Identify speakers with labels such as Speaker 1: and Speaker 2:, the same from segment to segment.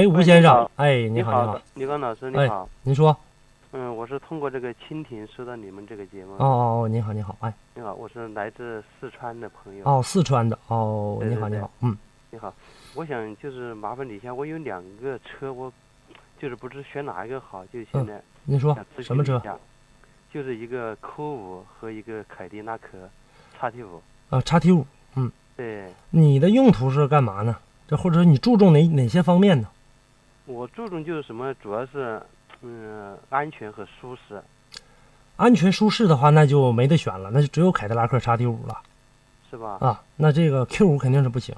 Speaker 1: 哎，吴先生，
Speaker 2: 哎，
Speaker 1: 你
Speaker 2: 好，
Speaker 1: 你好，
Speaker 2: 李刚老师，
Speaker 1: 哎
Speaker 2: 你好，
Speaker 1: 您说，
Speaker 2: 嗯，我是通过这个蜻蜓收到你们这个节目，
Speaker 1: 哦哦哦，你好，你好，哎，
Speaker 2: 你好，我是来自四川的朋友，
Speaker 1: 哦，四川的，哦，
Speaker 2: 嗯对
Speaker 1: 你
Speaker 2: 对
Speaker 1: 好，你
Speaker 2: 对
Speaker 1: 好，嗯，
Speaker 2: 你好，我想就是麻烦你一下，我有两个车，我就是不知选哪一个好，就现
Speaker 1: 嗯
Speaker 2: 在
Speaker 1: 您说
Speaker 2: 想咨
Speaker 1: 什么
Speaker 2: 询一
Speaker 1: 车？
Speaker 2: 下，就是一个酷五和一个凯迪拉克叉 T 五，
Speaker 1: 啊，叉 T 五，
Speaker 2: 对
Speaker 1: 你的用途是干嘛呢？这或者你注重哪哪些方面呢？
Speaker 2: 我注重就是什么，主要是嗯、安全和舒适，
Speaker 1: 安全舒适的话，那就没得选了，那就只有凯迪拉克叉 T 五了
Speaker 2: 是吧？
Speaker 1: 啊。那这个 Q 五肯定是不行，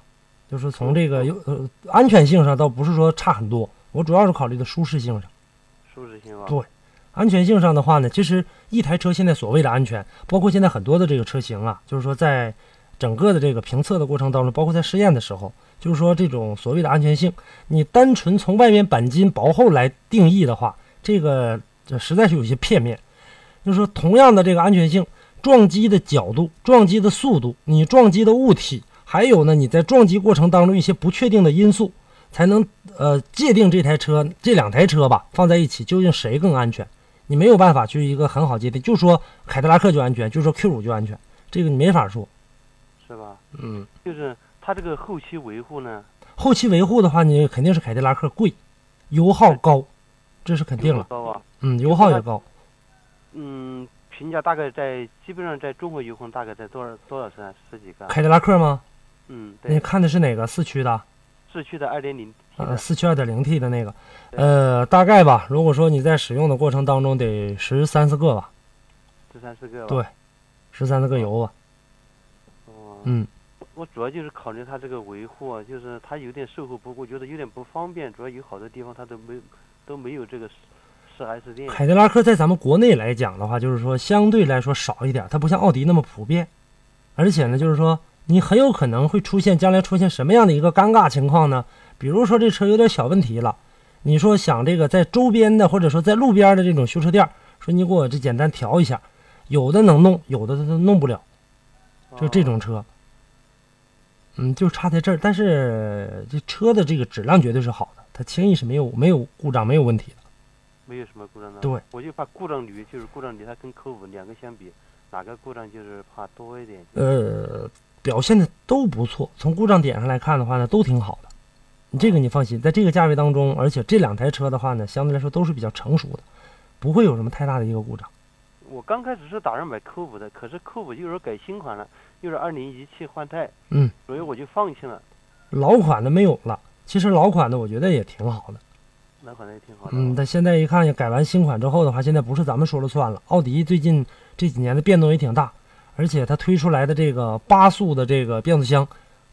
Speaker 1: 就是从这个有呃安全性上倒不是说差很多，我主要是考虑的舒适性上。
Speaker 2: 舒适性吧，
Speaker 1: 对安全性上的话呢，其实一台车现在所谓的安全，包括现在很多的这个车型啊，就是说在整个的这个评测的过程当中，包括在试验的时候，就是说这种所谓的安全性，你单纯从外面钣金薄厚来定义的话，这个这实在是有些片面。就是说，同样的这个安全性，撞击的角度、撞击的速度、你撞击的物体，还有呢你在撞击过程当中一些不确定的因素，才能呃界定这台车这两台车吧放在一起究竟谁更安全。你没有办法去一个很好界定，就说凯迪拉克就安全，就说 Q 五就安全，这个你没法说。
Speaker 2: 是吧？
Speaker 1: 嗯，
Speaker 2: 就是它这个后期维护呢，
Speaker 1: 后期维护的话，你肯定是凯迪拉克贵，油耗高，这是肯定
Speaker 2: 多
Speaker 1: 了。
Speaker 2: 高啊？
Speaker 1: 嗯，油耗也高。
Speaker 2: 嗯，评价大概在基本上在中国油控大概在多少多少升啊？十几个啊？
Speaker 1: 凯迪拉克吗？
Speaker 2: 嗯，对
Speaker 1: 你，看的是哪个四驱的？
Speaker 2: 市区的二点零 T
Speaker 1: 呃，
Speaker 2: 的，
Speaker 1: 四驱二点零 T 的那个，
Speaker 2: 对
Speaker 1: 呃，大概吧。如果说你在使用的过程当中得十三四个吧，
Speaker 2: 这三四个吧。
Speaker 1: 对十三四个油啊吧。
Speaker 2: 哦，
Speaker 1: 嗯，
Speaker 2: 我主要就是考虑它这个维护，啊，就是它有点售后不，我觉得有点不方便，主要有好多地方它都没都没有这个四 S 店。
Speaker 1: 凯迪拉克在咱们国内来讲的话，就是说相对来说少一点，它不像奥迪那么普遍，而且呢，就是说你很有可能会出现将来出现什么样的一个尴尬情况呢？比如说这车有点小问题了，你说想这个在周边的或者说在路边的这种修车店儿，说你给我这简单调一下，有的能弄，有的它都弄不了。就这
Speaker 2: 哦
Speaker 1: 种车，嗯，就差在这儿。但是嗯这车的这个质量绝对是好的，它轻易是没有没有故障、没有问题的。
Speaker 2: 哦没有什么故障的。
Speaker 1: 对，
Speaker 2: 我就怕故障率，就是故障率它跟扣五两个相比，哪个故障就是怕多一点。
Speaker 1: 呃，表现的都不错。从故障点上来看的话呢，都挺好的。你这个你放心，在这个价位当中，而且这两台车的话呢，相对来说都是比较成熟的，不会有什么太大的一个故障。
Speaker 2: 我刚开始是打算买扣五的，可是扣五又是改新款了，又是二零一七换代，
Speaker 1: 嗯，
Speaker 2: 所以我就放弃了。
Speaker 1: 老款的没有了，其实老款的我觉得也挺好的。
Speaker 2: 那可能也挺好的。
Speaker 1: 嗯，但现在一看，改完新款之后的话，现在不是咱们说了算了。奥迪最近这几年的变动也挺大，而且它推出来的这个八速的这个变速箱，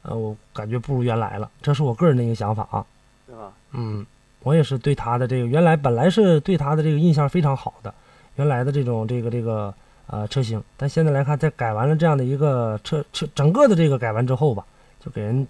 Speaker 1: 呃，我感觉不如原来了，这是我个人的一个想法啊。
Speaker 2: 对吧？
Speaker 1: 嗯，我也是对它的这个原来本来是对它的这个印象非常好的，原来的这种这个这个呃车型，但现在来看，在改完了这样的一个车车整个的这个改完之后吧，就给人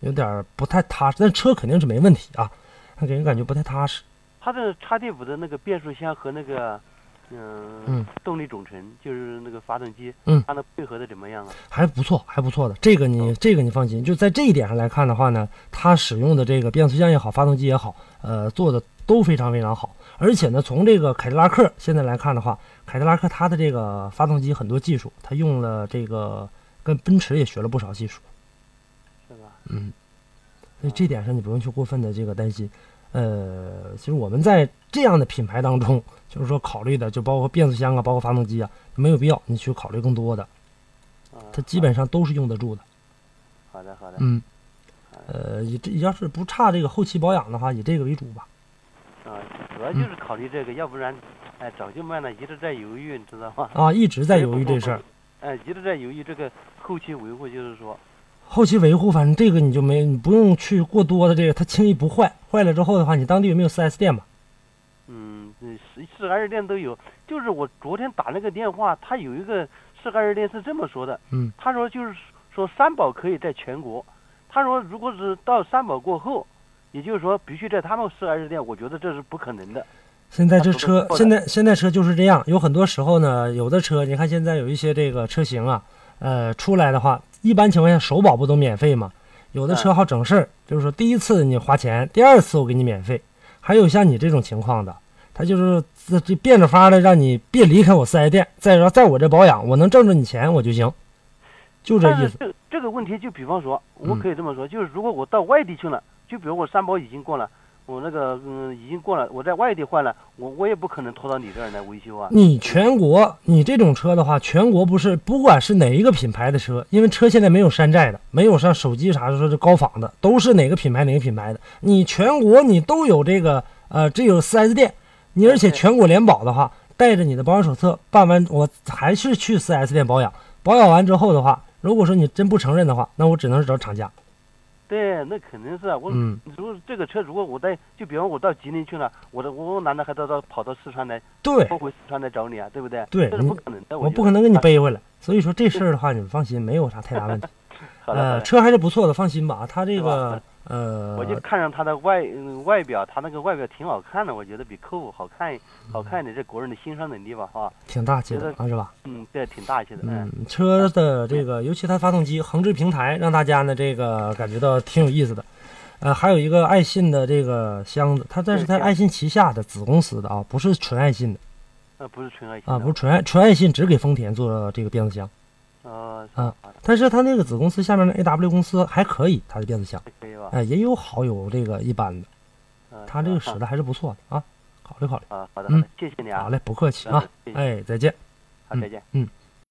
Speaker 1: 有点儿不太踏实。但车肯定是没问题啊，但给人感觉不太踏实。
Speaker 2: 它的叉 T 五的那个变速箱和那个，嗯、
Speaker 1: 嗯
Speaker 2: 动力总成就是那个发动机，
Speaker 1: 嗯
Speaker 2: 它的配合的怎么样啊？
Speaker 1: 还不错，还不错的。这个你这个你放心，就在这一点上来看的话呢，它使用的这个变速箱也好，发动机也好，呃，做的都非常非常好。而且呢，从这个凯迪拉克现在来看的话，凯迪拉克它的这个发动机很多技术，它用了这个跟奔驰也学了不少技术，
Speaker 2: 是吧？
Speaker 1: 所以这点上你不用去过分的这个担心。呃，其实我们在这样的品牌当中，就是说考虑的就包括变速箱啊，包括发动机啊，没有必要你去考虑更多的，
Speaker 2: 啊，
Speaker 1: 它基本上都是用得住的。
Speaker 2: 好的好的，
Speaker 1: 嗯，呃，以这要是不差这个后期保养的话，以这个为主吧。
Speaker 2: 啊，主要就是考虑这个，要不然，哎，早就卖了，一直在犹豫，你知道吗？
Speaker 1: 啊，一直在犹豫这事儿，
Speaker 2: 哎，一直在犹豫这个后期维护，就是说，
Speaker 1: 后期维护，反正这个你就没，你不用去过多的这个，它轻易不坏。坏了之后的话，你当地有没有 4S 店嘛？
Speaker 2: 嗯，是是二店都有。就是我昨天打那个电话，他有一个是二店是这么说的，
Speaker 1: 嗯，
Speaker 2: 他说就是说三保可以在全国，他说如果是到三保过后，也就是说必须在他们四 S 店，我觉得这是不可能的。
Speaker 1: 现在
Speaker 2: 它
Speaker 1: 这
Speaker 2: 都是
Speaker 1: 车，
Speaker 2: 错的
Speaker 1: 现在现在车就是这样，有很多时候呢，有的车，你看现在有一些这个车型啊，呃，出来的话，一般情况下首保不都免费吗？有的车好整事儿，就是说第一次你花钱，第二次我给你免费。还有像你这种情况的，他就是这这变着法儿的让你别离开我四 S 店，再说在我这保养，我能挣着你钱我就行，就这
Speaker 2: 但
Speaker 1: 意
Speaker 2: 是
Speaker 1: 思。
Speaker 2: 这这个问题，就比方说，我
Speaker 1: 嗯
Speaker 2: 可以这么说，就是如果我到外地去了，就比如我三包已经过了，我那个嗯已经过了，我在外地换了，我我也不可能拖到你这儿来维修啊。
Speaker 1: 你全国，你这种车的话，全国不是，不管是哪一个品牌的车，因为车现在没有山寨的，没有像手机啥的说是高仿的，都是哪个品牌哪个品牌的。你全国你都有这个，呃，这有 4S 店，你而且
Speaker 2: 对
Speaker 1: 全国联保的话，带着你的保养手册办完，我还是去 4S 店保养，保养完之后的话，如果说你真不承认的话，那我只能是找厂家。
Speaker 2: 对，那肯定是啊。我、
Speaker 1: 嗯
Speaker 2: 如果这个车，如果我在，就比方我到吉林去了，我的我难道还到到跑到四川来，
Speaker 1: 对，
Speaker 2: 跑回四川来找你啊？对不对？
Speaker 1: 对
Speaker 2: 这是不
Speaker 1: 你
Speaker 2: 可能的。
Speaker 1: 我
Speaker 2: 觉
Speaker 1: 不可
Speaker 2: 得啊
Speaker 1: 能给你。背回来。所以说这事儿的话，你们放心，没有啥太大问题。
Speaker 2: 好的好
Speaker 1: 呃，
Speaker 2: 的，
Speaker 1: 车还是不错的，放心吧。它这
Speaker 2: 是
Speaker 1: 个
Speaker 2: 吧
Speaker 1: 呃，
Speaker 2: 我就看上它的外、嗯外表，它那个外表挺好看的，我觉得比 Q 5好看
Speaker 1: 嗯
Speaker 2: 好看一点。这国人的欣赏能力吧，哈、
Speaker 1: 挺大气的
Speaker 2: 觉
Speaker 1: 啊，是吧？
Speaker 2: 嗯，对，挺大气的。
Speaker 1: 嗯，车的这个，尤其它发动机横置平台，让大家呢这个感觉到挺有意思的。呃，还有一个爱信的这个箱子，它这是它爱信旗下的子公司的啊，不是纯爱信的
Speaker 2: 呃，不是纯爱情
Speaker 1: 啊，
Speaker 2: 的
Speaker 1: 不是纯爱纯爱信只给丰田做这个变速箱，
Speaker 2: 呃，
Speaker 1: 啊
Speaker 2: 好的，
Speaker 1: 但是它那个子公司下面的 AW 公司还可以，它的变速箱，
Speaker 2: 可以吧
Speaker 1: 哎、？也有好有这个一般的，
Speaker 2: 嗯，
Speaker 1: 它这个使
Speaker 2: 好
Speaker 1: 的还是不错的啊，考虑考虑。
Speaker 2: 啊，好的，好
Speaker 1: 嗯
Speaker 2: 的，谢谢你啊，
Speaker 1: 好嘞，不客气
Speaker 2: 嗯
Speaker 1: 啊，
Speaker 2: 谢谢，
Speaker 1: 哎，再见。
Speaker 2: 好，再见。
Speaker 1: 嗯。